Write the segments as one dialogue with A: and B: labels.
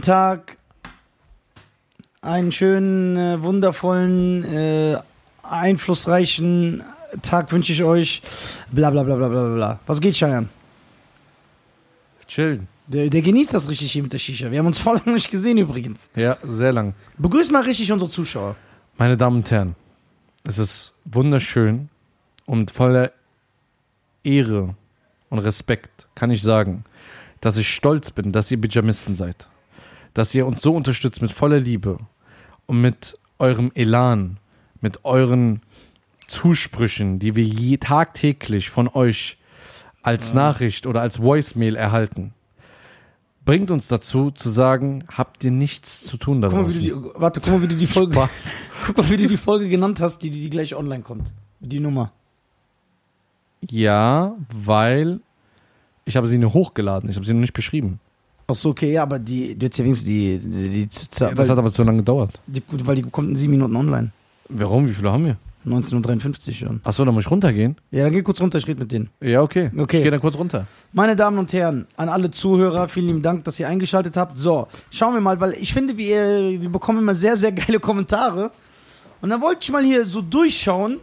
A: Tag. Einen schönen, äh, wundervollen, äh, einflussreichen Tag wünsche ich euch. Bla bla bla bla bla bla. Was geht, Cheyenne?
B: Chillen.
A: Der, der genießt das richtig hier mit der Shisha. Wir haben uns voll lange nicht gesehen übrigens.
B: Ja, sehr lang.
A: Begrüß mal richtig unsere Zuschauer.
B: Meine Damen und Herren, es ist wunderschön und voller Ehre und Respekt kann ich sagen, dass ich stolz bin, dass ihr Pyjamisten seid. Dass ihr uns so unterstützt mit voller Liebe und mit eurem Elan, mit euren Zusprüchen, die wir je tagtäglich von euch als Nachricht oder als Voicemail erhalten. Bringt uns dazu zu sagen, habt ihr nichts zu tun
A: Guck mal,
B: daraus.
A: wie du die, warte, guck mal, wie du die Folge,
B: Spaß.
A: guck mal, wie du die Folge genannt hast, die, die gleich online kommt. Die Nummer.
B: Ja, weil ich habe sie nur hochgeladen, ich habe sie noch nicht beschrieben.
A: Achso, okay, ja, aber die, du hättest ja wenigstens die, die, die, die,
B: Das hat
A: weil,
B: aber zu lange gedauert.
A: die, gut, weil die kommt in sieben Minuten online.
B: Warum? Wie viele haben wir?
A: 19.53 Uhr schon.
B: Achso, dann muss ich runtergehen.
A: Ja, dann geh kurz runter, ich rede mit denen.
B: Ja, okay.
A: Okay.
B: Ich gehe dann kurz runter.
A: Meine Damen und Herren, an alle Zuhörer, vielen lieben Dank, dass ihr eingeschaltet habt. So, schauen wir mal, weil ich finde, wir, wir bekommen immer sehr, sehr geile Kommentare. Und dann wollte ich mal hier so durchschauen,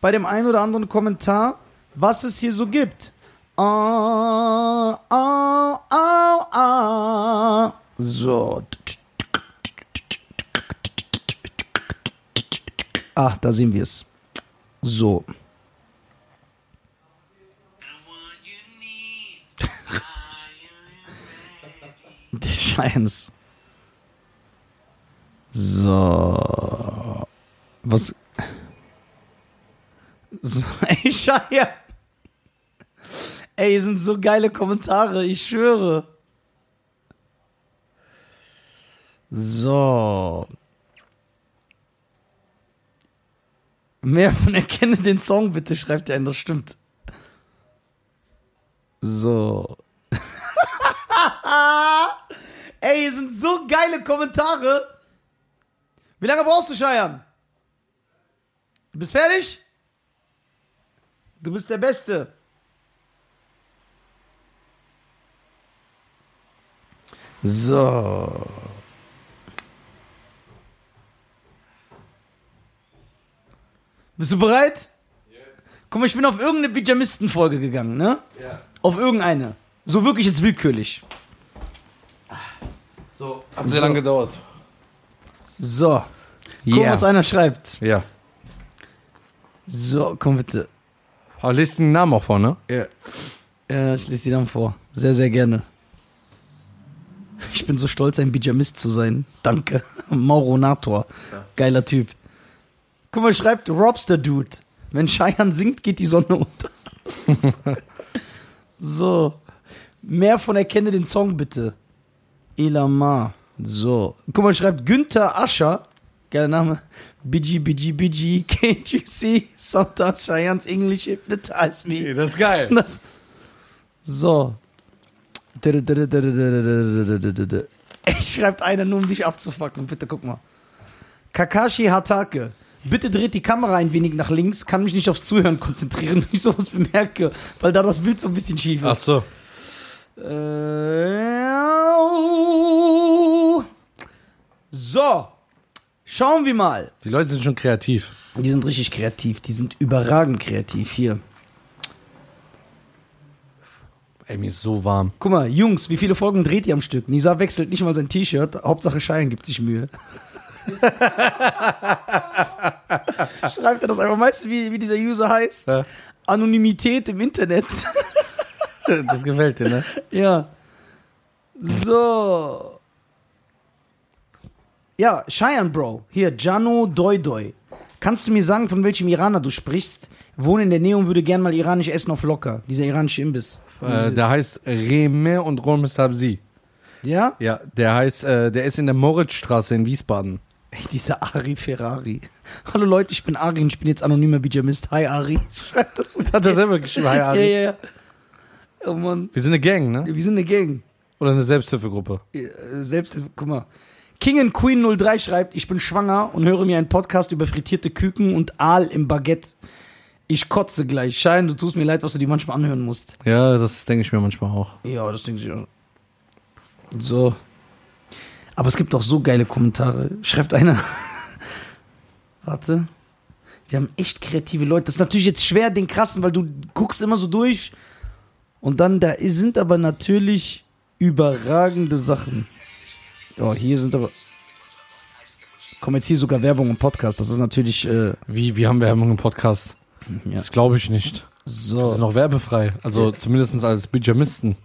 A: bei dem einen oder anderen Kommentar, was es hier so gibt. Ah, ah, ah, ah. So. Ah, da sehen wir es. So. Der Scheins. So. Was? So, ey, Scheier. Ey, hier sind so geile Kommentare, ich schwöre. So. Mehr von erkenne den Song bitte, schreibt er ein, das stimmt. So. Ey, hier sind so geile Kommentare. Wie lange brauchst du, Scheiern? Du bist fertig? Du bist der Beste. So. Bist du bereit? Yes. Guck mal, ich bin auf irgendeine Pyjamisten-Folge gegangen, ne?
B: Ja.
A: Auf irgendeine. So wirklich jetzt willkürlich.
B: So, hat sehr lange gedauert.
A: So. Guck,
B: Yeah.
A: was einer schreibt.
B: Ja.
A: So, komm bitte.
B: Aber lest den Namen auch vor, ne?
A: Ja. Ja, ich lese die dann vor. Sehr, sehr gerne. Ich bin so stolz, ein Bijamist zu sein. Danke. Mauro Nator. Geiler Typ. Guck mal, schreibt Robster Dude. Wenn Scheiern singt, geht die Sonne unter. so. Mehr von Erkenne den Song bitte. Elamar. So. Guck mal, schreibt Günther Ascher. Geiler Name. Biggie, Biggie, Biggie. Can't you see? Sometimes Cheyennes English hypnotize me.
B: Das ist geil.
A: Das. So. Ich schreibt einer nur, um dich abzufacken. Bitte guck mal. Kakashi Hatake. Bitte dreht die Kamera ein wenig nach links. Kann mich nicht aufs Zuhören konzentrieren, wenn ich sowas bemerke, weil da das Bild so ein bisschen schief
B: Ach
A: ist.
B: so.
A: Äh, So. Schauen wir mal.
B: Die Leute sind schon kreativ.
A: Die sind richtig kreativ. Die sind überragend kreativ. Hier.
B: Ey, mir ist so warm.
A: Guck mal, Jungs, wie viele Folgen dreht ihr am Stück? Nisa wechselt nicht mal sein T-Shirt. Hauptsache Schein gibt sich Mühe. Schreibt er das einfach. Weißt du, wie, wie dieser User heißt?
B: Ja.
A: Anonymität im Internet.
B: Das gefällt dir, ne?
A: ja. So. Ja, Cheyenne Bro. Hier, Jano Doidoi. Kannst du mir sagen, von welchem Iraner du sprichst? Wohne in der Nähe und würde gern mal iranisch essen auf locker. Dieser iranische Imbiss.
B: Äh, der heißt Reme und Rome Sabzi.
A: Ja?
B: Ja, der heißt, äh, der ist in der Moritzstraße in Wiesbaden.
A: Ey, dieser Ari Ferrari. Hallo Leute, ich bin Ari und ich bin jetzt anonymer Bijamist. Hi Ari. Schreibt das unter
B: Hat er selber geschrieben, hi
A: Ja, ja, ja. Oh Mann.
B: Wir sind eine Gang, ne?
A: Wir sind eine Gang.
B: Oder eine Selbsthilfegruppe.
A: Äh, Selbst, guck mal. King and Queen 03 schreibt, ich bin schwanger und höre mir einen Podcast über frittierte Küken und Aal im Baguette. Ich kotze gleich. Schein, du tust mir leid, was du dir manchmal anhören musst.
B: Ja, das denke ich mir manchmal auch.
A: Ja, das denke ich auch. So. Aber es gibt auch so geile Kommentare. Schreibt einer. Warte. Wir haben echt kreative Leute. Das ist natürlich jetzt schwer, den krassen, weil du guckst immer so durch. Und dann, da sind aber natürlich überragende Sachen. Ja, hier sind aber. Kommen jetzt hier sogar Werbung und Podcast. Das ist natürlich. Äh,
B: Wie, wie haben wir Werbung im Podcast?
A: ja.
B: Das glaube ich nicht. Das ist
A: So.
B: noch werbefrei. Also zumindest als Pyjamisten.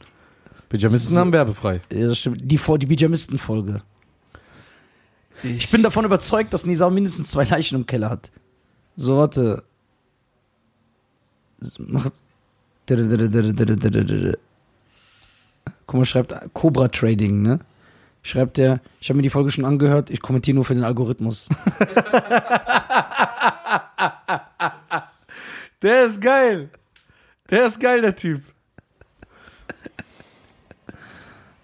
B: Pyjamisten
A: So.
B: haben werbefrei.
A: Ja, das stimmt. Die, Vor- die Pyjamisten-Folge. Ich bin davon überzeugt, dass Nisa mindestens zwei Leichen im Keller hat. So, warte. Mach. Guck mal, schreibt Cobra Trading, ne? Schreibt er, ich habe mir die Folge schon angehört, ich kommentiere nur für den Algorithmus.
B: Der ist geil. Der ist geil, der Typ.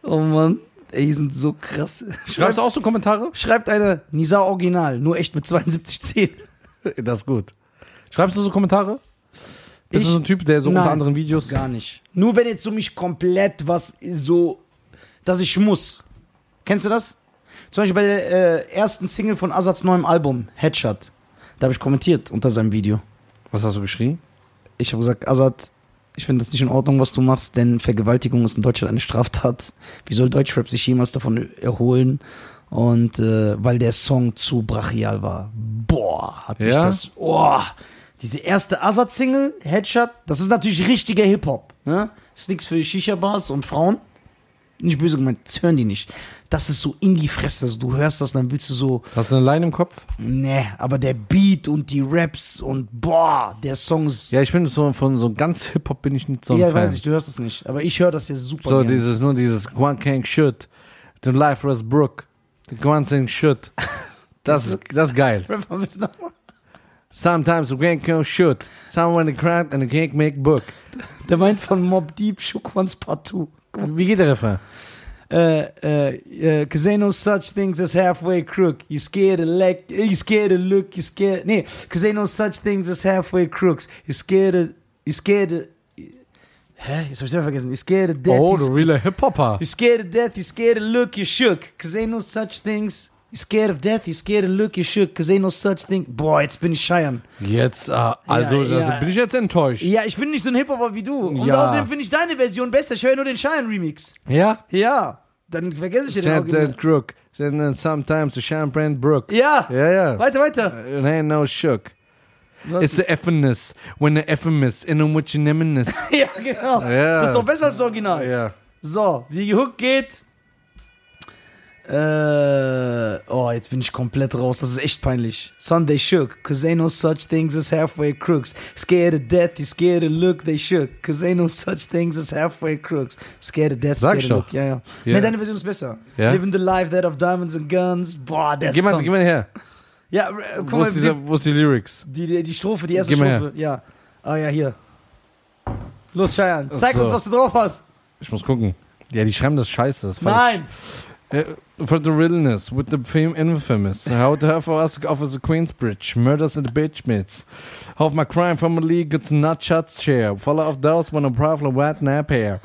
A: Oh Mann, ey, die sind so krass.
B: Schreibst
A: Schreibt,
B: du auch so Kommentare?
A: schreibt einer, Nisa Original, nur echt mit 72 Zähnen.
B: Das ist gut. Schreibst du so Kommentare? Bist
A: Ich-
B: du so ein Typ, der so
A: Nein.
B: unter anderen Videos.
A: Gar nicht. Nur wenn jetzt so mich komplett was so, dass ich muss. Kennst du das? Zum Beispiel bei der äh, ersten Single von Asats neuem Album, Headshot. Da habe ich kommentiert unter seinem Video.
B: Was hast du geschrieben?
A: Ich habe gesagt, Asad, ich finde das nicht in Ordnung, was du machst, denn Vergewaltigung ist in Deutschland eine Straftat. Wie soll Deutschrap sich jemals davon erholen? Und äh, weil der Song zu brachial war. Boah, hat mich
B: Ja?
A: das. Oh, diese erste Asad-Single, Headshot, das ist natürlich richtiger Hip-Hop. Ne? Das ist nichts für Shisha-Bars und Frauen. Nicht böse gemeint, das hören die nicht. Das ist so in die Fresse. Also du hörst das, dann willst du so.
B: Hast du eine Line im Kopf?
A: Ne, aber der Beat und die Raps und boah, der Song ist
B: Ja, ich bin so von so ganz Hip-Hop bin ich nicht so ein
A: ja,
B: Fan.
A: weiß ich, du hörst es nicht. Aber ich höre das hier super
B: So
A: gerne.
B: dieses, nur dieses Guan Kang Shit, The Life was Brook, The Guan Kang Shit. Das ist, das ist geil.
A: Rap mal bitte nochmal.
B: Sometimes the Guan Kang Shit, someone the crowd and the can't make book.
A: Der meint von Mob Deep, Shook One's Part 2.
B: Wie geht der Refrain?
A: Äh, äh, äh, cause ain't no such things as halfway crook. You scared to like, you scared to look, you scared, nee, cause ain't no such things as halfway crooks. You scared to, you scared to, hä? Jetzt hab ich's selber vergessen. You scared to death.
B: Oh,
A: you
B: du realer Hip-Hopper.
A: You're scared of death, you're scared of look, you shook. Cause ain't no such things. You're scared of death, you're scared of look, you shook. Cause ain't no such thing. Boah, jetzt bin ich scheiern.
B: Jetzt, äh, also
A: Ja,
B: das-
A: ja.
B: bin ich jetzt enttäuscht. Ja.
A: Ja, ich bin nicht so ein Hip-Hopper wie du. Und
B: Ja.
A: außerdem finde ich deine Version besser. Ich höre nur den Shine-Remix. Ja. Dann vergesse ich den
B: Chant
A: Original.
B: that crook, and then sometimes the shine brand brook.
A: Ja.
B: Ja, ja.
A: Weiter, weiter.
B: It ain't no shook. It's the effenness, when the effamous, and in which an eminence.
A: ja, genau.
B: Ja.
A: Das ist doch besser als das Original.
B: Ja.
A: So, wie die Hook geht. Äh, oh, jetzt bin ich komplett raus. Das ist echt peinlich. Sunday shook, cause ain't no such things as halfway crooks. Scared of death, you scared of look, they shook. Cause ain't no such things as halfway crooks. Scared of death,
B: Sag
A: scared of
B: ich doch.
A: look. Ja, ja.
B: Ja.
A: Nee, deine Version ist besser.
B: Ja?
A: Living the life, that of diamonds and guns. Boah, der
B: Geh mal,
A: Song.
B: geh mal her.
A: ja, äh, guck
B: Wo
A: mal,
B: ist, dieser, wo ist die Lyrics?
A: die, die, die Strophe, die erste
B: Geh mal her.
A: Strophe. Ja. Ah ja, hier. Los, Cheyenne,
B: Ach
A: zeig
B: so.
A: uns, was du drauf hast.
B: Ich muss gucken. Ja, die schreiben das scheiße, das ist falsch.
A: Nein.
B: Nein! Eh, For the realness, with the fame infamous. How to have for us offers the Queensbridge. Murders and the bitch mitts. Half my crime family gets nut shots chair. Follow of those when a problem wet nap hair.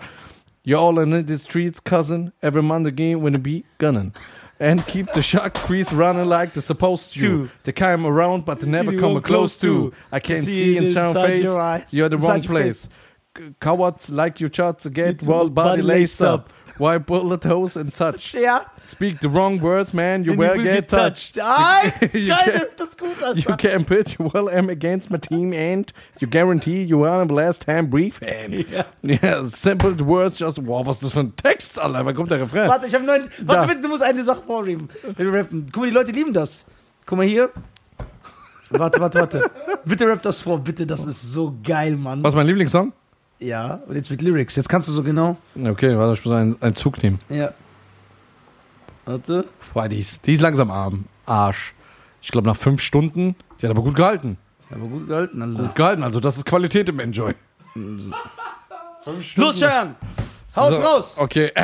B: You're all in the streets, cousin. Every month again when the be gunning. And keep the shark crease running like they're supposed to.
A: To.
B: They come around, but they never
A: You
B: come
A: won't close
B: close to.
A: to.
B: I can't
A: See
B: see
A: it
B: in some
A: inside
B: face.
A: your eyes.
B: You're the wrong
A: Inside your
B: place. C- Cowards like you charts get
A: With
B: world
A: your body
B: body laced
A: laced
B: up. Why bullet holes and such?
A: Ja.
B: Speak the wrong words, man. You
A: Then
B: will
A: will
B: get touched.
A: Nein,
B: You
A: Scheiße,
B: get-
A: das ist gut,
B: You
A: Alter.
B: can pitch well am against my team, and you guarantee you are a last time brief hand.
A: Ja.
B: Yeah, simple words, just wow, was ist das für ein Text, Alter? Wann kommt der Refrain?
A: Warte, ich habe neun.
B: Da.
A: Warte bitte, du musst eine Sache vornehmen. Rappen. Guck mal, die Leute lieben das. Guck mal hier. Warte, warte, warte. Bitte rapp das vor, bitte, das ist so geil, Mann.
B: Was ist mein Lieblingssong?
A: Ja, und jetzt mit Lyrics. Jetzt kannst du so genau.
B: Okay, warte, ich muss einen, einen Zug nehmen.
A: Ja. Warte.
B: Boah, die ist, die ist langsam arm. Arsch. Ich glaube, nach fünf Stunden, die hat aber gut gehalten.
A: Aber gut gehalten, Alter.
B: Gut gehalten, also das ist Qualität im Enjoy.
A: Los, Cheyenne! Haus
B: So, Oh,
A: raus!
B: Okay.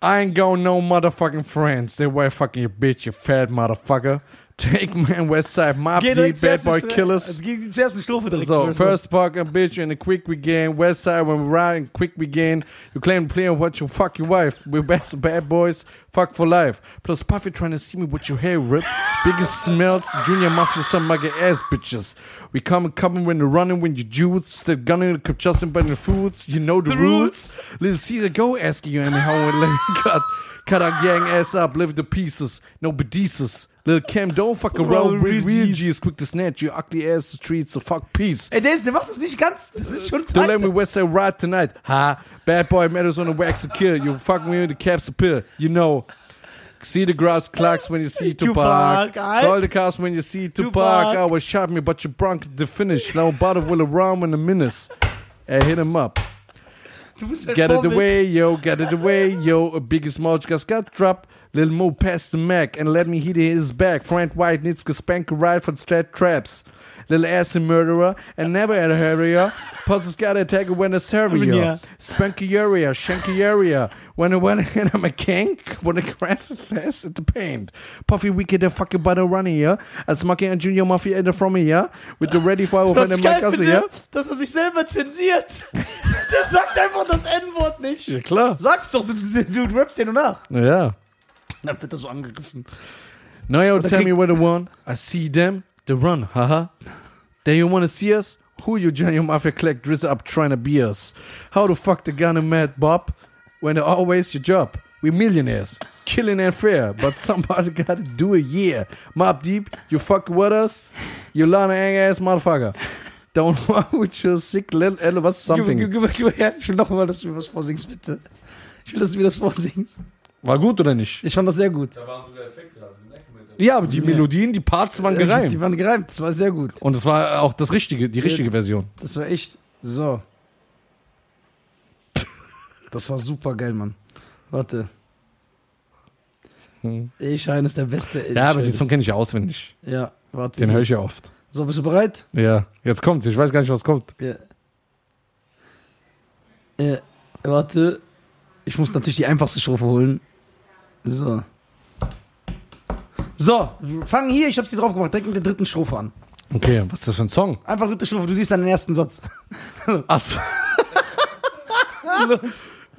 B: I ain't got no motherfucking friends. They were fucking your bitch, you fat motherfucker. Take Man Westside Mob
A: Geh
B: Deep
A: direkt zur
B: Bad
A: ersten
B: Boy
A: Stre-
B: Killers.
A: Geh zur ersten Stufe direkt.
B: So, first park a bitch and a quick begin. West side when we ride and quick begin. You claim to play on what you fuck your wife. We're best bad boys, fuck for life. Plus Puffy trying to see me with your hair ripped. Biggest smells, junior mafia some mugger ass bitches. We come and coming when you're running, when you juice, still gunning, keep justin by the foods. You know the, rules. Little Caesar go asking you anyhow and let me cut. Cut our gang ass up, live the pieces. No bedesis. Little Cam, don't fuck around. Real, real G's quick to snatch your ugly ass to streets, so fuck peace.
A: Ey, der, ist, der macht das nicht ganz. Das ist schon
B: Don't let me
A: tight.
B: West Side ride tonight. Ha. Bad boy matters on the wax to kill. You fuck me with the caps appeal. You know. See the grass clocks when you see Tupac.
A: Tupac, alright.
B: Call the cops when you see Tupac.
A: Tupac.
B: I was shot me, but you brunk the finish. Now bottle will around in a menace. I hit him up.
A: Du halt bist mein
B: Get it
A: Vorbild.
B: away, yo, get it away, yo. A biggest mulch got got drop. Little Mo past the Mac and let me hit his back. Frank White needs to spank a ride for the strat traps. Little assy murderer and never had a hurrier. Puzzle's got to attack when a
A: Yeah.
B: surveyor. Spanky area, shanky area. When I went and I'm a kink, when the grass is ass at the paint. Puffy wicked the fucking butter running here. As Monkey and Junior Mafia in the from here. With the ready fire
A: Das
B: when the
A: ist geil,
B: Mac
A: finde,
B: here.
A: dass er sich selber zensiert. der sagt einfach das N-Wort nicht.
B: Ja, klar.
A: Sag's doch, du, du, du rappst ja nur nach.
B: Ja.
A: Dann wird er so angegriffen.
B: Now you tell
A: krieg-
B: me where they run. I see them. They run, haha. Then you wanna see us? Who you Johnny Mafia click drizz up trying to be us? How the fuck the gun and mad Bob? When they always your job. We millionaires, killing and fair, but somebody gotta do it. Yeah, Mob Deep, you fuck with us, you lana ass motherfucker. Don't fuck with your sick little L was
A: Gib,
B: something.
A: gib, gib, gib, her. Ich will nochmal, dass du mir was vorsingst, bitte. Ich will, dass du mir das vorsingst.
B: War gut oder nicht?
A: Ich fand das sehr gut.
C: Da waren sogar Effekte, also im Ecken mit.
B: Ja, aber die Melodien, die Parts waren
A: Die
B: gereimt.
A: waren gereimt. Das war sehr gut.
B: Und es war auch das richtige, die richtige Version.
A: Das war echt. So. Das war super geil, Mann. Warte.
B: Hm.
A: Ich Schein ist der beste. ey,
B: Ja, aber
A: ich
B: den Song
A: schwör
B: kenne ich ja auswendig.
A: das. Ja, warte.
B: Den höre ich ja oft.
A: So, bist du bereit?
B: Ja, jetzt kommt's. Ich weiß gar nicht, was kommt.
A: Ja. ja. Warte. Ich muss natürlich die einfachste Strophe holen. So. So, wir fangen hier, ich habe sie drauf gemacht, direkt mit der dritten Strophe an.
B: Okay, was ist das für ein Song?
A: Einfach dritte Strophe, du siehst dann den ersten Satz.
B: Achso.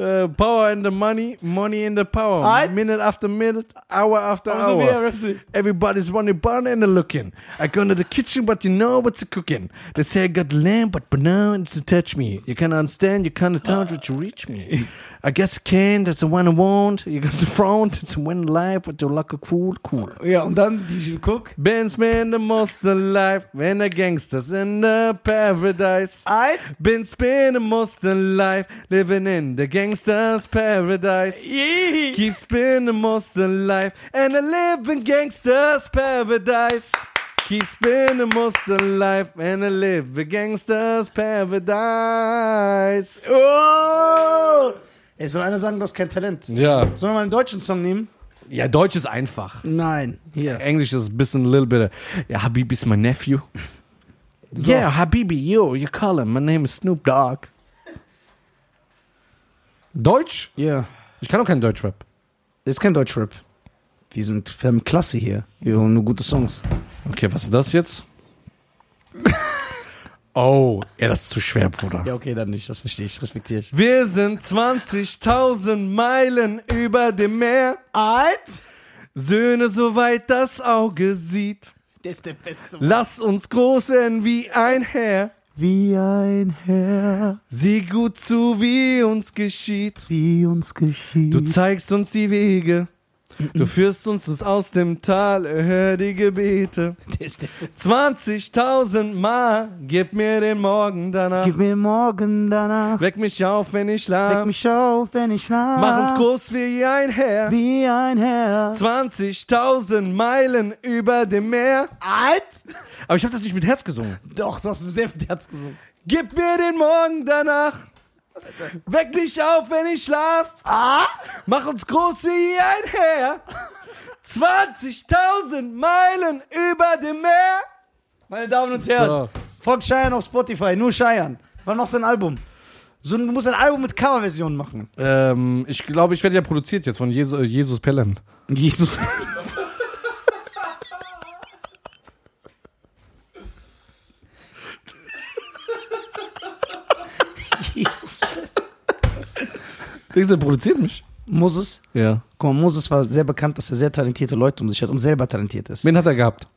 B: Äh, power in the money, money in the power.
A: Alright.
B: Minute after minute, hour after
A: Aber so wie er
B: hour.
A: rappst du.
B: Everybody's running barn and looking. I go to the kitchen, but you know what's a cooking. They say I got lamb, but now it's to touch me. You can't understand, you can't touch what you reach me. I guess you can, that's the one I want. You got the front, it's a win life, but you're like a cool, cool.
A: Ja, und dann die Guck.
B: Ben's been the most alive when the gangsters in the paradise.
A: Ein.
B: Ben's been the most alive living in the gangsters paradise.
A: Yeah.
B: Keeps been the most alive and a living gangsters paradise. Keeps been the most alive and a living gangsters paradise.
A: Oh! Ey, soll einer sagen, du hast kein Talent?
B: Ja,
A: Sollen wir mal einen deutschen Song nehmen?
B: ja, Deutsch ist einfach.
A: Nein, hier.
B: English is a bit, a little bit. Of, yeah, Habib is my nephew. Yeah, Habibi, yo, you call him. My name is Snoop Dogg. Deutsch?
A: Ja.
B: Ich kann auch kein Deutschrap.
A: Das ist kein Deutschrap. Wir sind fern Klasse hier. Wir hören nur gute Songs.
B: Okay, was ist das jetzt? oh, ja, das ist zu schwer, Bruder.
A: Ja, okay, dann nicht. Das verstehe ich. Respektiere ich.
B: Wir sind 20.000 Meilen über dem Meer.
A: Alt?
B: Söhne, soweit das Auge sieht.
A: Der ist der Beste.
B: Lass uns groß werden wie ein Herr.
A: Wie ein Herr,
B: Sieh gut zu, wie uns geschieht.
A: wie uns geschieht.
B: Du zeigst uns die Wege. Du führst uns aus- aus dem Tal, erhör die Gebete.
A: der ist der Beste.
B: 20.000 Mal, gib mir den Morgen danach.
A: Gib mir morgen danach.
B: Weck mich auf, wenn ich
A: Weck
B: schlaf.
A: mich auf, wenn ich schlaf.
B: Mach uns groß wie ein Herr.
A: Wie ein Herr.
B: 20.000 Meilen über dem Meer.
A: Alt?
B: Aber ich habe das nicht mit Herz gesungen.
A: Halt! Doch, du hast sehr mit Herz gesungen.
B: Gib mir den Morgen danach. Weck mich auf, wenn ich schlaf.
A: Ah?
B: Mach uns groß wie ein Herr. 20.000 Meilen über dem Meer.
A: Meine Damen und Herren,
B: So.
A: folgt Cheyenne auf Spotify, nur Cheyenne. Wann machst du ein Album? So, du musst ein Album mit Coverversion machen.
B: Ähm, ich glaube, ich werde äh, ja produziert jetzt von Jesus, Jesus Pellen.
A: Jesus.
B: Denkst du, der produziert mich?
A: Moses,
B: Ja.
A: guck mal, Moses war sehr bekannt, dass er sehr talentierte Leute um sich hat und selber talentiert ist.
B: Wen hat er gehabt?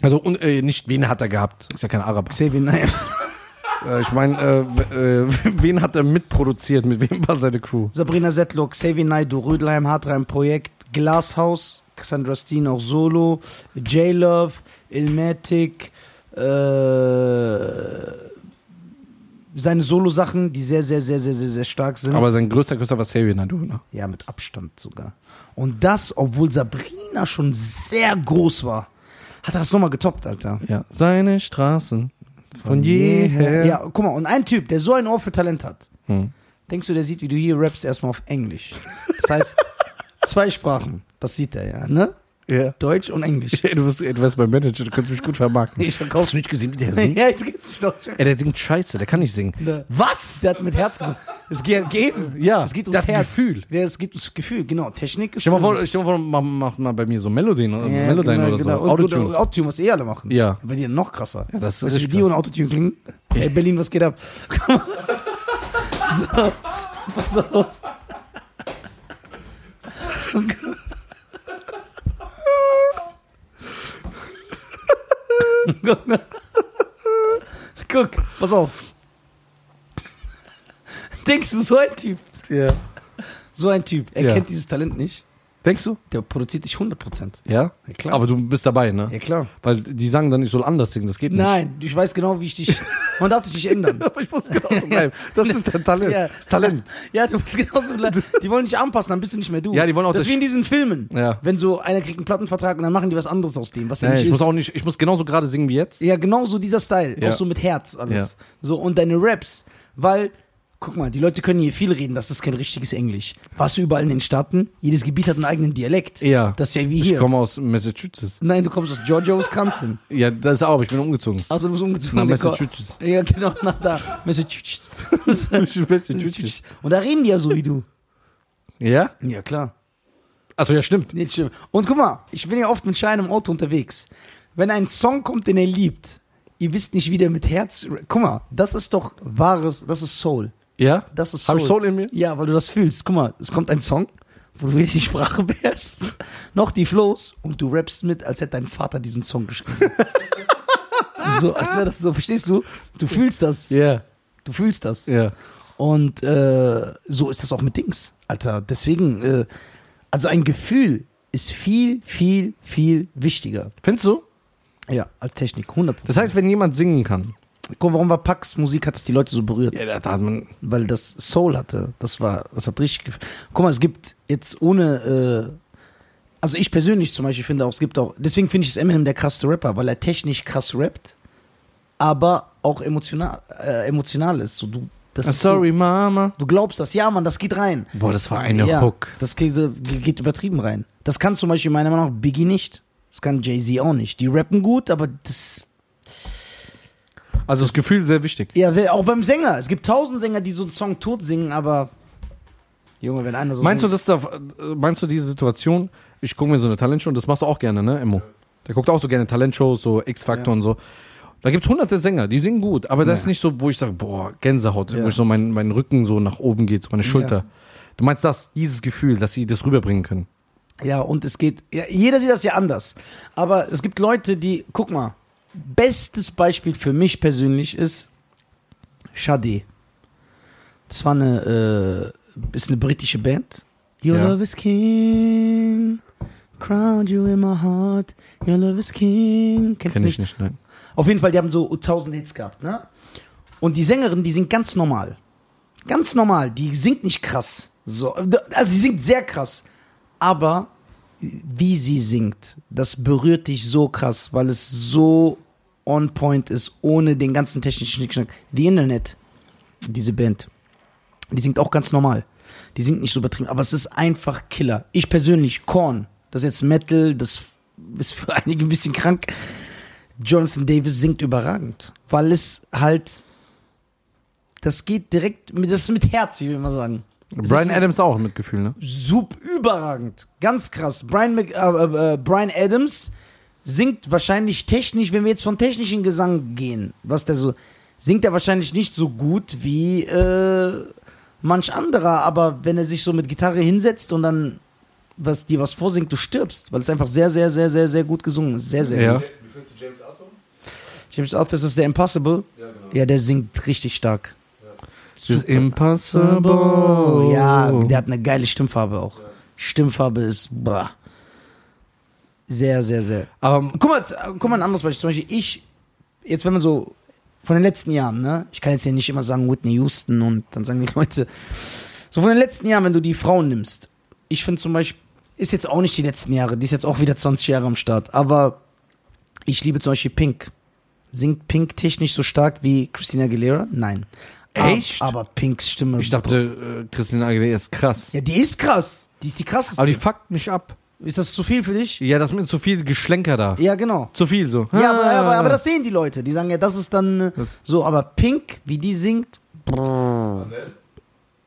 B: Also, und, äh, nicht wen hat er gehabt? Ist ja kein Araber.
A: Xavier Naim.
B: Äh, ich meine, äh, w- äh, wen hat er mitproduziert? Mit wem war seine Crew?
A: Sabrina Settler, Xavier Naidu, Rödelheim, Hartreim Projekt, Glashaus, Cassandra Steen auch solo, J-Love, Ilmatic, äh, seine Solo-Sachen, die sehr, sehr, sehr, sehr, sehr, sehr stark sind.
B: Aber sein größter Künstler war Xavier Naidu, ne?
A: ja, mit Abstand sogar. Und das, obwohl Sabrina schon sehr groß war, hat er das nochmal getoppt, Alter.
B: Ja. Seine Straßen von jeher.
A: Ja, guck mal, und ein Typ, der so ein Ohr für Talent hat,
B: Hm.
A: denkst du, der sieht, wie du hier rappst, erstmal auf Englisch. Das heißt, zwei Sprachen. Das sieht er ja, ne?
B: ja.
A: Deutsch und Englisch.
B: Ey, du, bist, ey, du bist mein Manager, du kannst mich gut vermarkten.
A: Ich verkauf's
B: nicht gesehen, wie der
A: ja, du kennst dich doch.
B: Ey, der singt scheiße, der kann nicht singen.
A: Hm? Ne.
B: Was?
A: Der hat mit Herz gesungen. Es geht geben.
B: Ja,
A: Es geht
B: der
A: ums
B: hat ein
A: Herz.
B: Gefühl.
A: Ja, Es geht ums Gefühl, genau. Technik ist.
B: Stell mal vor, stell mal vor man macht mal bei mir so Melodien oder
A: Ja,
B: Melodien
A: genau,
B: oder so.
A: genau. Und-
B: Autotune.
A: und Autotune, was eh alle machen.
B: Ja.
A: Bei dir noch krasser. Ja,
B: das ist
A: weißt du, wie
B: richtig
A: die
B: krass.
A: ohne Autotune klingen? Ey, Berlin, was geht ab? so, pass auf. Guck, pass auf. Denkst du, so ein Typ,
B: Ja.
A: so ein Typ, er
B: Ja.
A: kennt dieses Talent nicht,
B: Denkst du?
A: der produziert dich 100%.
B: Ja.
A: Ja, klar.
B: Aber du bist dabei, ne?
A: Ja, klar.
B: Weil die sagen dann, ich soll anders singen, das geht nicht.
A: Nein, ich weiß genau, wie ich dich. Man darf dich nicht ändern.
B: Aber ich muss genauso bleiben. Das ist dein Talent.
A: Ja.
B: Das Talent.
A: Ja, du musst genauso bleiben. Die wollen dich anpassen, dann bist du nicht mehr du.
B: Ja, die wollen auch
A: das ist
B: das-
A: wie in diesen Filmen.
B: Ja.
A: Wenn so einer kriegt einen Plattenvertrag und dann machen die was anderes aus dem, was er
B: Ja,
A: nicht
B: ich
A: ist.
B: muss auch nicht, ich muss genauso gerade singen wie jetzt.
A: ja, genau so dieser Style.
B: Ja.
A: Auch so mit Herz alles.
B: Ja.
A: So, und deine Raps. Weil, guck mal, die Leute können hier viel reden, das ist kein richtiges Englisch. Warst du überall in den Staaten? Jedes Gebiet hat einen eigenen Dialekt.
B: Ja.
A: Das ist ja wie
B: Ich
A: hier.
B: komme aus Massachusetts.
A: Nein, du kommst aus Georgia, Wisconsin.
B: Ja, das auch, aber ich bin umgezogen.
A: Also du bist umgezogen.
B: Nach
A: Der Ko-
B: Massachusetts.
A: Ja, genau, nach da. Massachusetts.
B: Massachusetts.
A: Und da reden die ja so wie du.
B: Ja?
A: Ja, klar.
B: Also ja, stimmt.
A: Nicht schlimm. Und guck mal, ich bin ja oft mit Schein im Auto unterwegs. Wenn ein Song kommt, den er liebt, ihr wisst nicht, wie der mit Herz. Guck mal, das ist doch wahres, das ist Soul.
B: Ja?
A: Das ist Soul.
B: Habe ich Soul in mir?
A: Ja, weil du das fühlst. Guck mal, es kommt ein Song, wo du die Sprache beherrschst, noch die Flows und du rappst mit, als hätte dein Vater diesen Song geschrieben. so, als wäre das so, verstehst du? Du fühlst das.
B: Ja.
A: Du fühlst das.
B: Ja.
A: Und äh, so ist das auch mit Dings, Alter. Deswegen, äh, also ein Gefühl ist viel, viel, viel wichtiger.
B: Findest du?
A: Ja, als Technik, 100%.
B: Das heißt, wenn jemand singen kann.
A: guck, warum war Pax Musik, hat das die Leute so berührt?
B: Ja, da- da hat man.
A: Weil das Soul hatte. Das war, das hat richtig. gef- Guck mal, es gibt jetzt ohne. Äh, also ich persönlich zum Beispiel finde auch, es gibt auch. Deswegen finde ich es Eminem der krasseste Rapper, weil er technisch krass rappt, aber auch emotional, äh, emotional ist. So, du, das ist so,
B: Ah, Sorry, Mama.
A: Du glaubst das, ja, Mann, das geht rein.
B: Boah, das war eine
A: ja,
B: Hook.
A: Das geht, das geht übertrieben rein. Das kann zum Beispiel meiner Meinung nach Biggie nicht. Das kann Jay-Z auch nicht. Die rappen gut, aber das.
B: Also das Gefühl sehr wichtig.
A: Ja, wer- auch beim Sänger. Es gibt tausend Sänger, die so einen Song tot singen, aber. Junge, wenn einer so.
B: Meinst du,
A: singt,
B: das darf, äh, meinst du diese Situation? Ich gucke mir so eine Talentshow und das machst du auch gerne, ne, Emmo? Der guckt auch so gerne Talentshows, so
A: Ja.
B: X-Factor und so. Da gibt's hunderte Sänger, die singen gut, aber das
A: Ja.
B: ist nicht so, wo ich sage, boah, Gänsehaut,
A: Ja.
B: wo ich so mein, mein Rücken so nach oben geht, so meine Schulter. Du meinst das, dieses Gefühl, dass sie das rüberbringen können.
A: Ja, und es geht. Ja, jeder sieht das ja anders. Aber es gibt Leute, die. Guck mal. Bestes Beispiel für mich persönlich ist Shadi. Das war eine. Äh, ist eine britische Band. Your
B: Ja.
A: love is king. Crowned you in my heart. Your love is king. Kennst du
B: Kenn
A: nicht?
B: ich nicht, nein.
A: Auf jeden Fall, die haben so 1000 Hits gehabt, ne? Und die Sängerin, die singt ganz normal. Ganz normal. Die singt nicht krass. So, also die singt sehr krass. Aber wie sie singt, das berührt dich so krass, weil es so on point ist, ohne den ganzen technischen Schnickschnack. Die Internet, diese Band, die singt auch ganz normal. Die singt nicht so übertrieben, aber es ist einfach Killer. Ich persönlich, Korn, das ist jetzt Metal, das ist für einige ein bisschen krank. Jonathan Davis singt überragend, weil es halt, das geht direkt, mit, das ist mit Herz, wie wir immer sagen. Es
B: Brian
A: ist
B: Adams auch mit Gefühl, ne?
A: Sub überragend, ganz krass. Brian, Mc, äh, äh, äh, Brian Adams singt wahrscheinlich technisch, wenn wir jetzt von technischen Gesang gehen, was der so, singt er wahrscheinlich nicht so gut wie äh, manch anderer, aber wenn er sich so mit Gitarre hinsetzt und dann was, dir was vorsingt, du stirbst, weil es einfach sehr, sehr, sehr, sehr, sehr gut gesungen ist. Sehr, sehr
B: Ja.
A: gut.
C: Wie fühlst du James Arthur?
A: James Arthur, ist das der Impossible?
C: Ja, genau.
A: Ja, der singt richtig stark.
B: Das ist impossible.
A: Ja, der hat eine geile Stimmfarbe auch. Stimmfarbe ist bra. Sehr, sehr, sehr.
B: Aber
A: Guck mal, äh, guck mal ein anderes Beispiel. Zum Beispiel ich, jetzt wenn man so von den letzten Jahren, ne? Ich kann jetzt hier nicht immer sagen Whitney Houston und dann sagen die Leute. So von den letzten Jahren, wenn du die Frauen nimmst. Ich finde zum Beispiel, ist jetzt auch nicht die letzten Jahre, die ist jetzt auch wieder 20 Jahre am Start. Aber ich liebe zum Beispiel Pink. Singt Pink technisch so stark wie Christina Aguilera? Nein. Ab-
B: Echt?
A: Aber Pinks Stimme.
B: ich dachte, äh, Christina Aguilera ist krass.
A: Ja, die ist krass. Die ist die krasseste.
B: Aber die fuckt mich ab.
A: ist das zu viel für dich?
B: Ja, das mit zu viel Geschlenker da.
A: Ja, genau.
B: Zu viel so.
A: Ja, aber, aber, aber das sehen die Leute. Die sagen ja, Ah. das ist dann äh, so. Aber Pink, wie die singt.
C: Adele?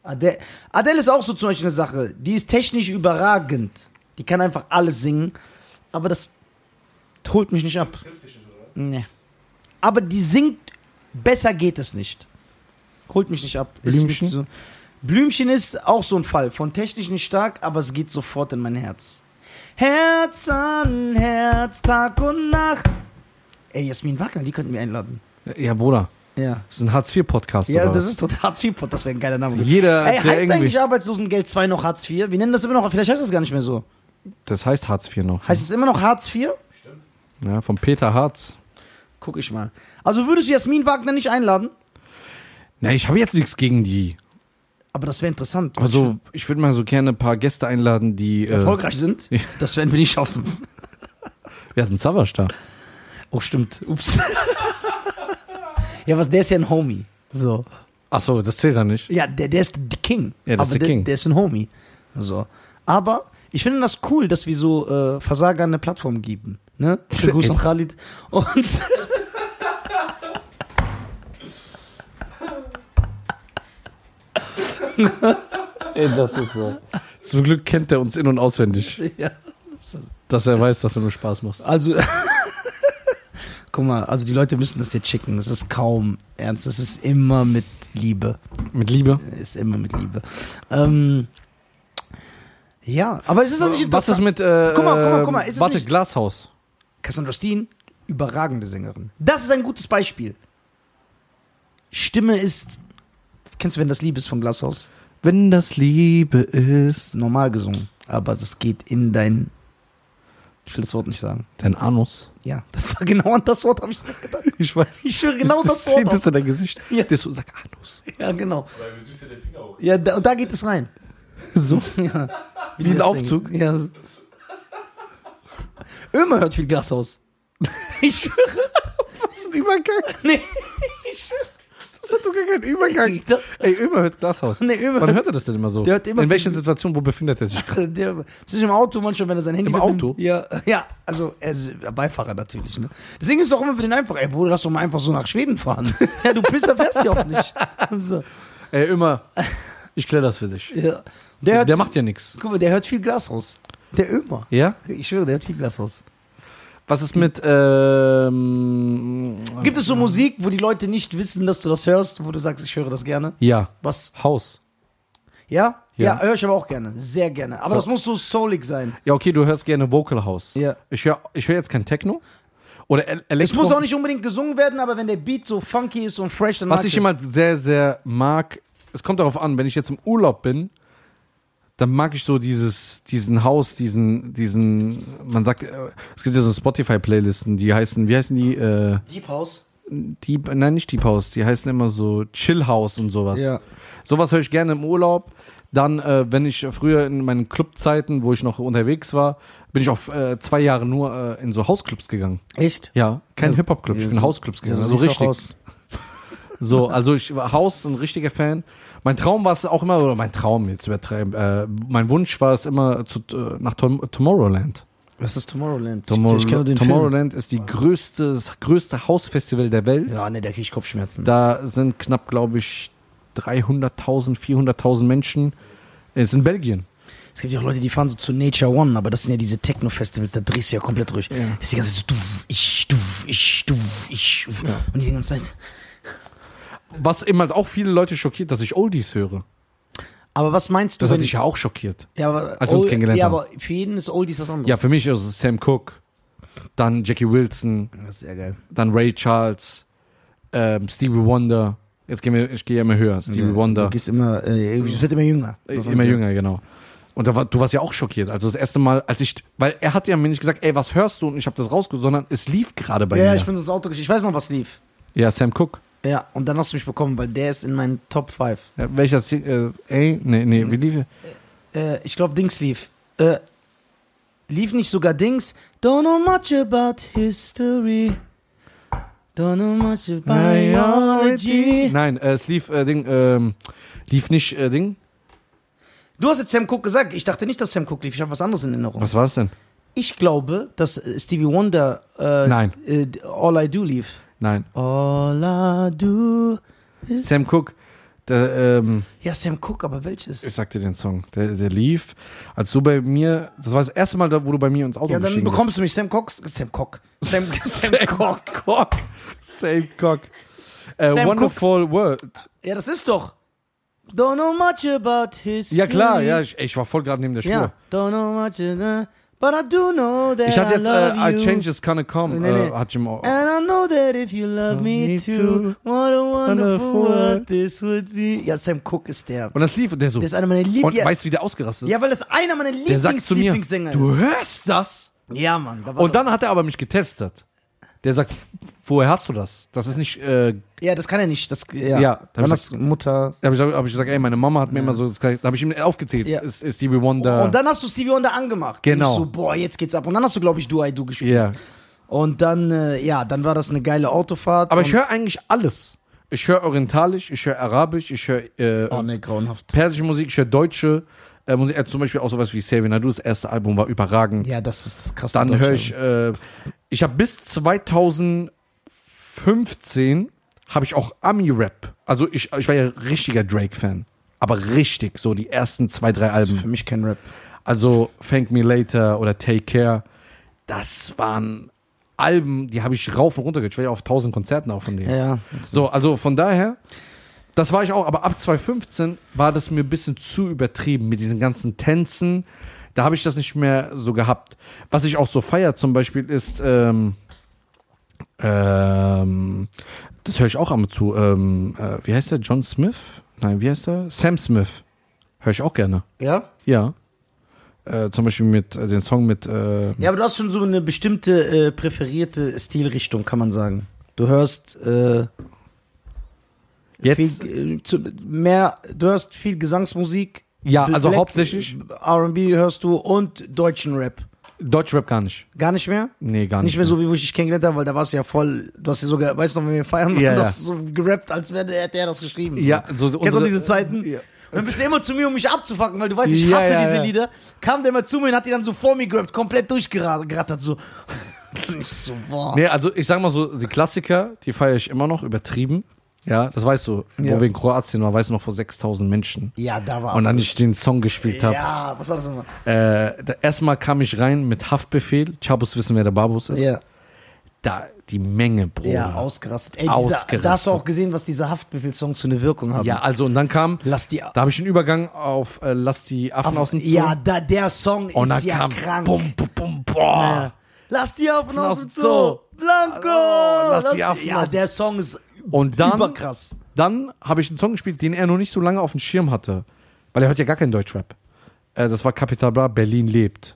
A: Adele, Adele ist auch so zum Beispiel eine Sache. Die ist technisch überragend. Die kann einfach alles singen. Aber das holt mich nicht ab.
C: Trifft dich nicht, oder?
A: Nee. Aber die singt, besser geht es nicht. Holt mich nicht ab. Ist
B: Blümchen?
A: mit So. Blümchen ist auch so ein Fall. Von technisch nicht stark, aber es geht sofort in mein Herz. Herz an Herz, Tag und Nacht. Ey, Jasmin Wagner, die könnten wir einladen.
B: Ja, Bruder.
A: Ja.
B: Das ist ein Hartz-IV-Podcast.
A: Ja,
B: oder
A: das
B: was?
A: ist total Hartz IV-Pod, das wäre ein geiler Name.
B: Jeder,
A: Ey,
B: der
A: heißt
B: irgendwie-
A: eigentlich Arbeitslosengeld 2 noch Hartz IV? Wir nennen das immer noch, vielleicht heißt das gar nicht mehr so.
B: Das heißt Hartz IV noch.
A: Heißt es immer noch Hartz IV?
B: ja, von Peter Hartz.
A: Guck ich mal. Also würdest du Jasmin Wagner nicht einladen?
B: Na, Ne, ich habe jetzt nichts gegen die.
A: Aber das wäre interessant.
B: Aber so, ich würde mal so gerne ein paar Gäste einladen, die. Äh,
A: erfolgreich sind,
B: Ja.
A: das werden wir nicht schaffen.
B: Wir hatten Savage da.
A: Oh, stimmt. Ups. ja, was, der ist ja ein Homie. So.
B: Achso, das zählt dann nicht.
A: Ja, der, der ist the King.
B: Ja, das ist
A: Aber
B: der
A: der,
B: King.
A: der ist ein Homie. So. Aber ich finde das cool, dass wir so äh, Versager eine Plattform geben. Ne? Schönen Gruß an
B: Jetzt.
A: Khalid. Und.
B: Ey, das ist so. Zum Glück kennt er uns in- und auswendig,
A: ja.
B: dass er weiß, dass du nur Spaß machst.
A: Also, guck mal, also die Leute müssen das jetzt schicken. Es ist kaum ernst. Es ist immer mit Liebe.
B: Mit Liebe.
A: Ist immer mit Liebe. Ähm, ja, aber es ist das nicht
B: Was ist
A: interessant.
B: mit. Äh,
A: Guck mal, guck mal, guck mal, ist es
B: warte,
A: nicht-
B: Glashaus.
A: Cassandra Steen, überragende Sängerin. Das ist ein gutes Beispiel. Stimme ist. Kennst du, wenn das Liebe ist von Glashaus?
B: Wenn das Liebe ist.
A: Normal gesungen. Aber das geht in dein. Ich will das Wort nicht sagen.
B: Dein Anus.
A: Ja, das war genau an das Wort, habe ich gedacht.
B: Ich weiß.
A: Ich schwöre genau das
B: Sieht
A: Wort.
B: das
A: Auf.
B: in dein Gesicht?
A: Ja.
B: Das so, sag Anus.
A: Ja, genau.
C: Weil wir süßen den Finger hoch.
A: Ja, da, und da geht es rein.
B: So.
A: Ja.
B: Wie ein Aufzug?
A: Ja. Ömer hört viel Glashaus. Ich schwöre.
B: Das ist ein Übergang.
A: Nee, ich schwöre.
B: Das hat doch gar keinen Übergang. Ey, Ömer hört Glashaus.
A: Nee, Ömer
B: Wann
A: hört-
B: hört er das denn immer so?
A: Der hört immer-
B: in welchen Situationen, wo befindet er sich?
A: Der, sich im Auto manchmal, wenn er sein Handy
B: Im
A: mitnimmt.
B: Auto?
A: Ja, ja, also er ist Beifahrer natürlich. Ne? Deswegen ist es doch immer für den einfach, ey Bruder, lass doch mal einfach so nach Schweden fahren. ja, du Pisser fährst ja auch nicht. Also,
B: Ey, Ömer, ich kläre das für dich.
A: ja. Der,
B: Der,
A: hört,
B: macht ja nichts.
A: guck mal, der hört viel Glashaus. Der Ömer.
B: Ja?
A: Ich schwöre, der hört viel Glashaus.
B: Was ist mit, ähm,
A: Gibt es so Musik, wo die Leute nicht wissen, dass du das hörst, wo du sagst, ich höre das gerne?
B: ja,
A: Was?
B: Haus.
A: Ja?
B: Ja.
A: Ja, höre ich aber auch gerne. Sehr gerne. Aber
B: So.
A: das muss so soulig sein.
B: Ja, okay, du hörst gerne Vocal House.
A: Ja.
B: Ich höre ich hör jetzt kein Techno oder El
A: Es
B: Elektro.
A: muss auch nicht unbedingt gesungen werden, aber wenn der Beat so funky ist und fresh, dann
B: Was
A: mag
B: ich immer sehr, sehr mag, es kommt darauf an, wenn ich jetzt im Urlaub bin, dann mag ich so dieses, diesen Haus, diesen, diesen, man sagt, äh, es gibt ja so Spotify-Playlisten, die heißen, wie heißen die, äh,
A: Deep House.
B: Deep, nein, nicht Deep House, die heißen immer so Chill House und sowas.
A: Ja.
B: Sowas höre ich gerne im Urlaub. Dann, äh, wenn ich früher in meinen Clubzeiten, wo ich noch unterwegs war, bin ich auf äh, zwei Jahre nur äh, in so Hausclubs gegangen.
A: Echt?
B: Ja, kein
A: Ja,
B: Hip-Hop-Club, ich
A: ja,
B: bin
A: so-
B: Hausclubs gegangen. so
A: siehst du auch aus.
B: richtig. So, also ich war Haus ein richtiger Fan. Mein Traum war es auch immer, oder mein Traum jetzt übertreiben, äh, mein Wunsch war es immer zu, äh, nach Tom Tomorrowland.
A: Was ist Tomorrowland?
B: Tomorrow
A: ich kenne nur den
B: Tomorrowland ist die größte, das größte Hausfestival der Welt.
A: Film. Ja, ne, da krieg ich Kopfschmerzen.
B: Da sind knapp, glaube ich, 300.000, 400.000 Menschen. Es ist in Belgien.
A: Es gibt ja auch Leute, die fahren so zu Nature One, aber das sind ja diese Techno-Festivals, da drehst du ja komplett durch. Das ist die ganze Zeit so, duff, ich, duff, ich, duff, ich, duff. Und die ganze Zeit.
B: Was eben halt auch viele Leute schockiert, dass ich Oldies höre.
A: Aber was meinst du,
B: Das hat
A: wenn...
B: dich ja auch schockiert.
A: ja, aber,
B: als wir uns
A: Old-
B: kennengelernt
A: Ja,
B: haben.
A: aber für jeden ist Oldies was anderes.
B: Ja, für mich ist es Sam Cooke, dann Jackie Wilson,
A: Das ist sehr geil.
B: dann Ray Charles, ähm, Stevie Wonder. Jetzt gehen wir, ich gehe ja immer höher. Stevie Wonder.
A: Du gehst immer... Äh, es wird immer jünger.
B: Ich- Immer jünger, genau. Und da war, du warst ja auch schockiert. Also das erste Mal, als ich, weil er hat ja mir nicht gesagt, ey, was hörst du? Und ich habe das rausgesucht, sondern es lief gerade bei
A: Ja,
B: mir.
A: ich bin so ins Auto gesch- Ich weiß noch, was lief.
B: ja, Sam Cooke.
A: Ja, und dann hast du mich bekommen, weil der ist in meinen Top 5.
B: Ja, welcher, Sing- äh, ey, nee, nee, wie lief
A: Äh, ich glaube, Dings lief. Äh, lief nicht sogar Dings? Don't know much about history. Don't know much about biology.
B: Nein, äh, es lief, äh, Ding, ähm, lief nicht, äh, Ding.
A: Du hast jetzt Sam Cooke gesagt. Ich dachte nicht, dass Sam Cooke lief. Ich habe was anderes in Erinnerung.
B: Was war es denn?
A: Ich glaube, dass äh, Stevie Wonder äh,
B: Nein.
A: Äh, All I Do lief.
B: Nein.
A: All I Do.
B: Sam Cooke, der, ähm,
A: Ja, Sam Cooke, aber welches?
B: ich sagte den Song, der, der lief, als du bei mir, das war das erste Mal, da, wo du bei mir ins Auto
A: ja, dann
B: gestiegen
A: bekommst du mich Sam Cooke. Sam Cooke. Sam, Sam Cooke.
B: bist. Sam Cooke. Äh,
A: Sam
B: Wonderful World.
A: Ja, das ist doch. Don't know much about history.
B: Ja klar, ja, ich, ey, ich war voll gerade neben der Spur.
A: Ja. Don't know much, uh, but I do know that
B: Ich hatte jetzt
A: I love
B: äh, I
A: you.
B: Change Is Gonna Come,
A: Nee, nee.
B: äh, hat Jim auch.
A: And I know that if you love me
B: Me
A: too,
B: too.
A: what a wonderful
B: Wonderful
A: world
B: world.
A: this would be. Ja, Sam Cooke ist der.
B: Und das lief und der so.
A: Der ist einer meiner
B: und
A: Lieblings...
B: weißt du, wie der ausgerastet ist?
A: Ja, weil das einer meiner Lieblings
B: der sagt zu mir,
A: Lieblingssänger
B: du hörst das?
A: ist. Ja, Mann. Da war
B: Und dann hat er aber mich getestet. Der sagt, woher hast du das? Das ist nicht, äh,
A: Ja, das kann er nicht. Das, ja.
B: Ja, da
A: dann
B: hab ich
A: das Mutter...
B: da habe ich, hab ich gesagt, ey, meine Mama hat mir immer so, das gleiche- da habe ich ihm aufgezählt,
A: Ja.
B: ist, ist Stevie Wonder.
A: Und dann hast du Stevie Wonder angemacht.
B: Genau.
A: Und ich so, boah, jetzt geht's ab. Und dann hast du, glaube ich, Do I Do gespielt.
B: ja.
A: Und dann, äh, ja, dann war das eine geile Autofahrt.
B: Aber
A: und
B: ich höre eigentlich alles. Ich höre orientalisch, ich höre arabisch, ich höre äh,
A: Oh ne, grauenhaft.
B: persische Musik, ich höre deutsche äh, Musik, äh, zum Beispiel auch sowas wie Savin Nadu, das erste Album war überragend.
A: Ja, das ist das krasse.
B: Dann
A: Deutsche.
B: höre ich, äh, ich habe bis 2015 habe ich auch Ami-Rap. Also ich, ich war ja richtiger Drake-Fan. Aber richtig, so die ersten zwei, drei
A: Das ist
B: Alben.
A: für mich kein Rap.
B: Also Thank Me Later oder Take Care. Das waren Alben, die habe ich rauf und runter gehört. Ich war ja auf tausend Konzerten auch von denen.
A: Ja, ja.
B: So, also von daher, das war ich auch, aber ab 2015 war das mir ein bisschen zu übertrieben mit diesen ganzen Tänzen. Da habe ich das nicht mehr so gehabt. Was ich auch so feier zum Beispiel ist, ähm, ähm, das höre ich auch ab und zu, ähm, äh, wie heißt der? John Smith? Nein, wie heißt der? Sam Smith. Höre ich auch gerne.
A: Ja?
B: Ja. Äh, zum Beispiel mit äh, den Song mit. Äh,
A: Ja, aber du hast schon so eine bestimmte äh, präferierte Stilrichtung, kann man sagen. Du hörst äh,
B: jetzt.
A: viel, äh, zu, mehr, du hörst viel Gesangsmusik.
B: Ja,
A: Black-
B: also hauptsächlich
A: R&B hörst du und deutschen Rap.
B: Deutschrap gar nicht.
A: Gar nicht mehr?
B: Nee, gar
A: Nicht
B: nicht.
A: mehr so, wie wo ich dich kennengelernt habe, weil da warst du ja voll, du hast ja sogar, weißt du noch, wenn wir feiern waren,
B: Ja,
A: du
B: ja.
A: hast so gerappt, als wäre der, der das geschrieben.
B: Ja, so
A: Kennst du
B: unsere-
A: noch diese Zeiten?
B: Ja.
A: Und dann bist du immer zu mir, um mich abzufacken, weil du weißt, ich
B: Ja,
A: hasse
B: ja,
A: diese
B: ja.
A: Lieder. Kam der mal zu mir und hat die dann so vor mir gerappt, komplett durchgerattert, so. ich so, boah.
B: Nee, also ich sag mal so, die Klassiker, die feiere ich immer noch, übertrieben. Ja, das weißt du,
A: Ja.
B: wo wir in Kroatien waren, weißt du noch, vor 6000 Menschen.
A: Ja, da war.
B: Und dann ich den Song gespielt habe.
A: Ja, was war das nochmal?
B: Äh, da- Erstmal kam ich rein mit Haftbefehl. Chabos wissen, wer der Babus ist.
A: Ja,
B: Da, die Menge, Bruder.
A: ja,
B: Ja,
A: ausgerastet. Ey, Dieser, da hast du
B: Oh. Ausgerastet.
A: auch gesehen, was diese Haftbefehlsongs für eine Wirkung haben.
B: also und dann kam,
A: Lass die.
B: da habe ich einen Übergang auf äh, Lass die Affen aus dem Zoo.
A: ja, da, der Song
B: und dann
A: ist ja
B: kam
A: krank.
B: Bum, bum, bum, boah.
A: Ja. Lass die Affen aus
B: aus
A: dem
B: dem
A: Zoo. Blanco.
B: Hallo, lass die Affen
A: ja,
B: aus-
A: der Song ist
B: Und dann,
A: überkrass.
B: dann habe ich einen Song gespielt, den er noch nicht so lange auf dem Schirm hatte. Weil er hört ja gar keinen Deutschrap. Äh, das war Capital Bra, Berlin lebt.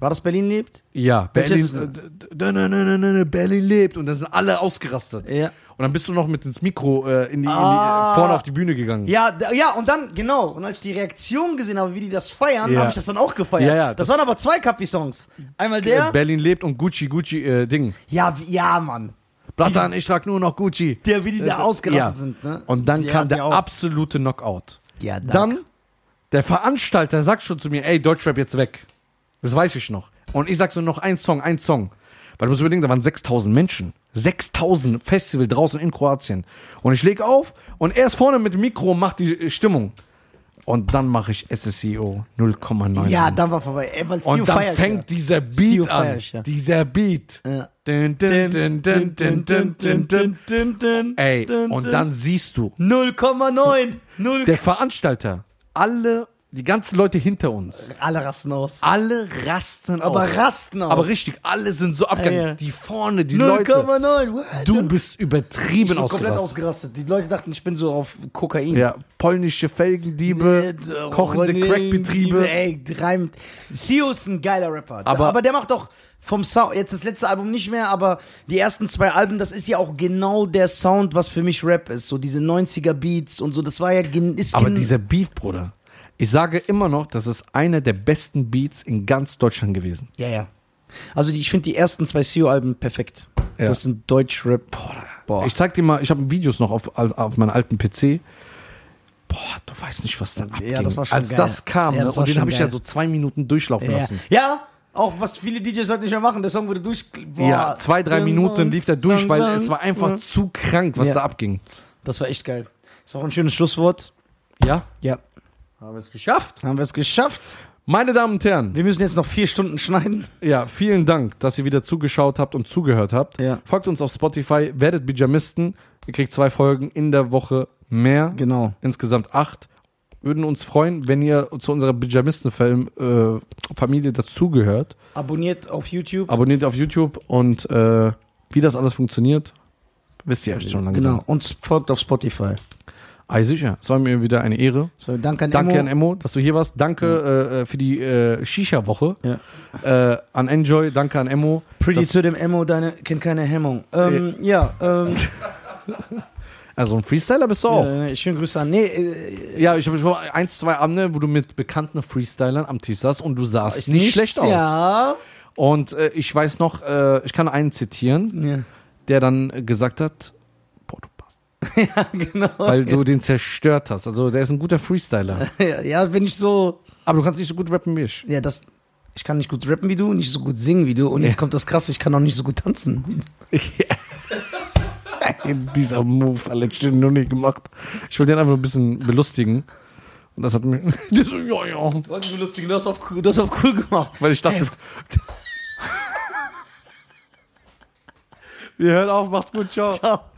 A: War das Berlin lebt?
B: Ja, Berlin,
A: Welches-
B: äh, d- d- na, na, na, na, na, Berlin lebt und dann sind alle ausgerastet.
A: Ja.
B: Und dann bist du noch mit ins Mikro äh, in die, in
A: Ah.
B: die, vorne auf die Bühne gegangen.
A: Ja, da, ja, und dann, genau. Und als ich die Reaktion gesehen habe, wie die das feiern,
B: Ja.
A: habe ich das dann auch gefeiert.
B: Ja, ja,
A: das,
B: das-
A: waren aber zwei Kapi-Songs. Einmal
B: Äh,
A: der.
B: Berlin lebt und Gucci, Gucci, äh, Ding.
A: Ja, wie- ja, Mann.
B: Blattern, ich trag nur noch Gucci. Äh,
A: Der, wie die da ausgerastet
B: Ja.
A: sind, ne?
B: Und dann
A: Ja,
B: kam
A: die
B: der
A: auch.
B: absolute Knockout.
A: Ja, danke.
B: Dann, der Veranstalter sagt schon zu mir, ey, Deutschrap jetzt weg. Das weiß ich noch. Und ich sag so noch ein Song, ein Song. Weil du musst überlegen, da waren 6000 Menschen. 6000 Festival draußen in Kroatien. Und ich leg auf und er ist vorne mit dem Mikro und macht die äh, Stimmung. Und dann mache ich SSEO 0,9.
A: Ja,
B: an.
A: dann war vorbei. Ey, weil Sio
B: und dann
A: feiert,
B: fängt dieser
A: Sio
B: Beat an.
A: feier ich, ja.
B: Dieser Beat.
A: Ja.
B: Dun, dun, dun, dun, dun, dun, dun, dun.
A: Ey,
B: Ey, und dann siehst du,
A: 0,9. 0,
B: der Veranstalter alle, die ganzen Leute hinter uns,
A: Alle rasten aus.
B: alle rasten
A: Aber
B: aus.
A: rasten aus.
B: Aber richtig, alle sind so abgegangen.
A: Ja, ja.
B: Die vorne, die Leute.
A: 0,9. what?
B: Du bist
A: ich
B: übertrieben
A: bin komplett
B: ausgerastet.
A: ausgerastet. Die Leute dachten, ich bin so auf Kokain.
B: Ja, polnische Felgendiebe,
A: Äh,
B: kochende
A: Ronny,
B: Crackbetriebe.
A: die- Ey, reimt. Sio ist ein geiler Rapper.
B: Aber-
A: Aber, aber der macht doch vom Sound, jetzt das letzte Album nicht mehr, aber die ersten zwei Alben, das ist ja auch genau der Sound, was für mich Rap ist. So diese 90er Beats und so, das war ja gen, ist
B: Aber
A: gen-
B: dieser Beef, Bruder, ich sage immer noch, das ist einer der besten Beats in ganz Deutschland gewesen.
A: Ja, ja. Also die, ich finde die ersten zwei Sio-Alben perfekt.
B: Ja.
A: Das sind Deutsch-Rap. Boah.
B: Ich zeig dir mal, ich habe Videos noch auf, auf meinem alten PC. Boah, du weißt nicht, was dann abging.
A: das war schon
B: Als
A: geil.
B: das kam,
A: Ja,
B: ne,
A: das war
B: und den
A: schon
B: habe ich
A: geil.
B: ja so zwei Minuten durchlaufen
A: ja.
B: lassen.
A: ja, auch was viele DJs heute nicht mehr machen. Der Song wurde durch. Boah.
B: Ja, zwei, drei
A: Dun,
B: Minuten lief der durch,
A: dun,
B: weil
A: dun.
B: es war einfach zu krank, was
A: Ja.
B: da abging.
A: Das war echt geil. Ist auch ein schönes Schlusswort.
B: Ja?
A: Ja.
B: Haben wir es geschafft?
A: Haben wir es geschafft.
B: Meine Damen und Herren,
A: Wir müssen jetzt noch vier Stunden schneiden.
B: Ja, vielen Dank, dass ihr wieder zugeschaut habt und zugehört habt.
A: Ja.
B: Folgt uns auf Spotify, werdet Bijamisten. Ihr kriegt zwei Folgen in der Woche mehr.
A: Genau.
B: Insgesamt acht. Würden uns freuen, wenn ihr zu unserer Bijamisten-Familie dazugehört.
A: Abonniert auf YouTube.
B: Abonniert auf YouTube und äh, wie das alles funktioniert, wisst ihr ja schon langsam.
A: genau. Und folgt auf Spotify.
B: Ei, sicher. Es war mir wieder eine Ehre.
A: So, danke an
B: Danke
A: Emo.
B: an Emo, dass du hier warst. Danke äh, äh, für die äh, Shisha-Woche.
A: Ja.
B: Äh, an Enjoy, danke an Emo.
A: Pretty
B: dass-
A: zu dem Emo, deine kennt keine Hemmung. Ähm, ja, ähm,
B: Also ein Freestyler bist du auch.
A: äh, schönen Grüße an. Nee, äh,
B: Ja, ich habe schon ein, zwei Abende, wo du mit bekannten Freestylern am Tisch saßt und du sahst
A: ist
B: nicht, schlecht aus.
A: Ja.
B: Und äh, ich weiß noch, äh, ich kann einen zitieren,
A: ja.
B: der dann äh, gesagt hat, boah, du passt.
A: Genau.
B: Weil du den zerstört hast. Also der ist ein guter Freestyler.
A: ja, ja, bin ich so.
B: Aber du kannst nicht so gut rappen wie ich.
A: Ja, das. Ich kann nicht gut rappen wie du, nicht so gut singen wie du. Und jetzt
B: Ja.
A: kommt das Krasse, ich kann auch nicht so gut tanzen.
B: Dieser Move, Alex, den noch nie gemacht. Ich wollte den einfach nur ein bisschen belustigen. Und das hat mir. Der so, ja, ja.
A: Du hast lustig, du hast auf, du hast auf cool gemacht.
B: Weil ich dachte. Wir hören auf, macht's gut, ciao.
A: Ciao.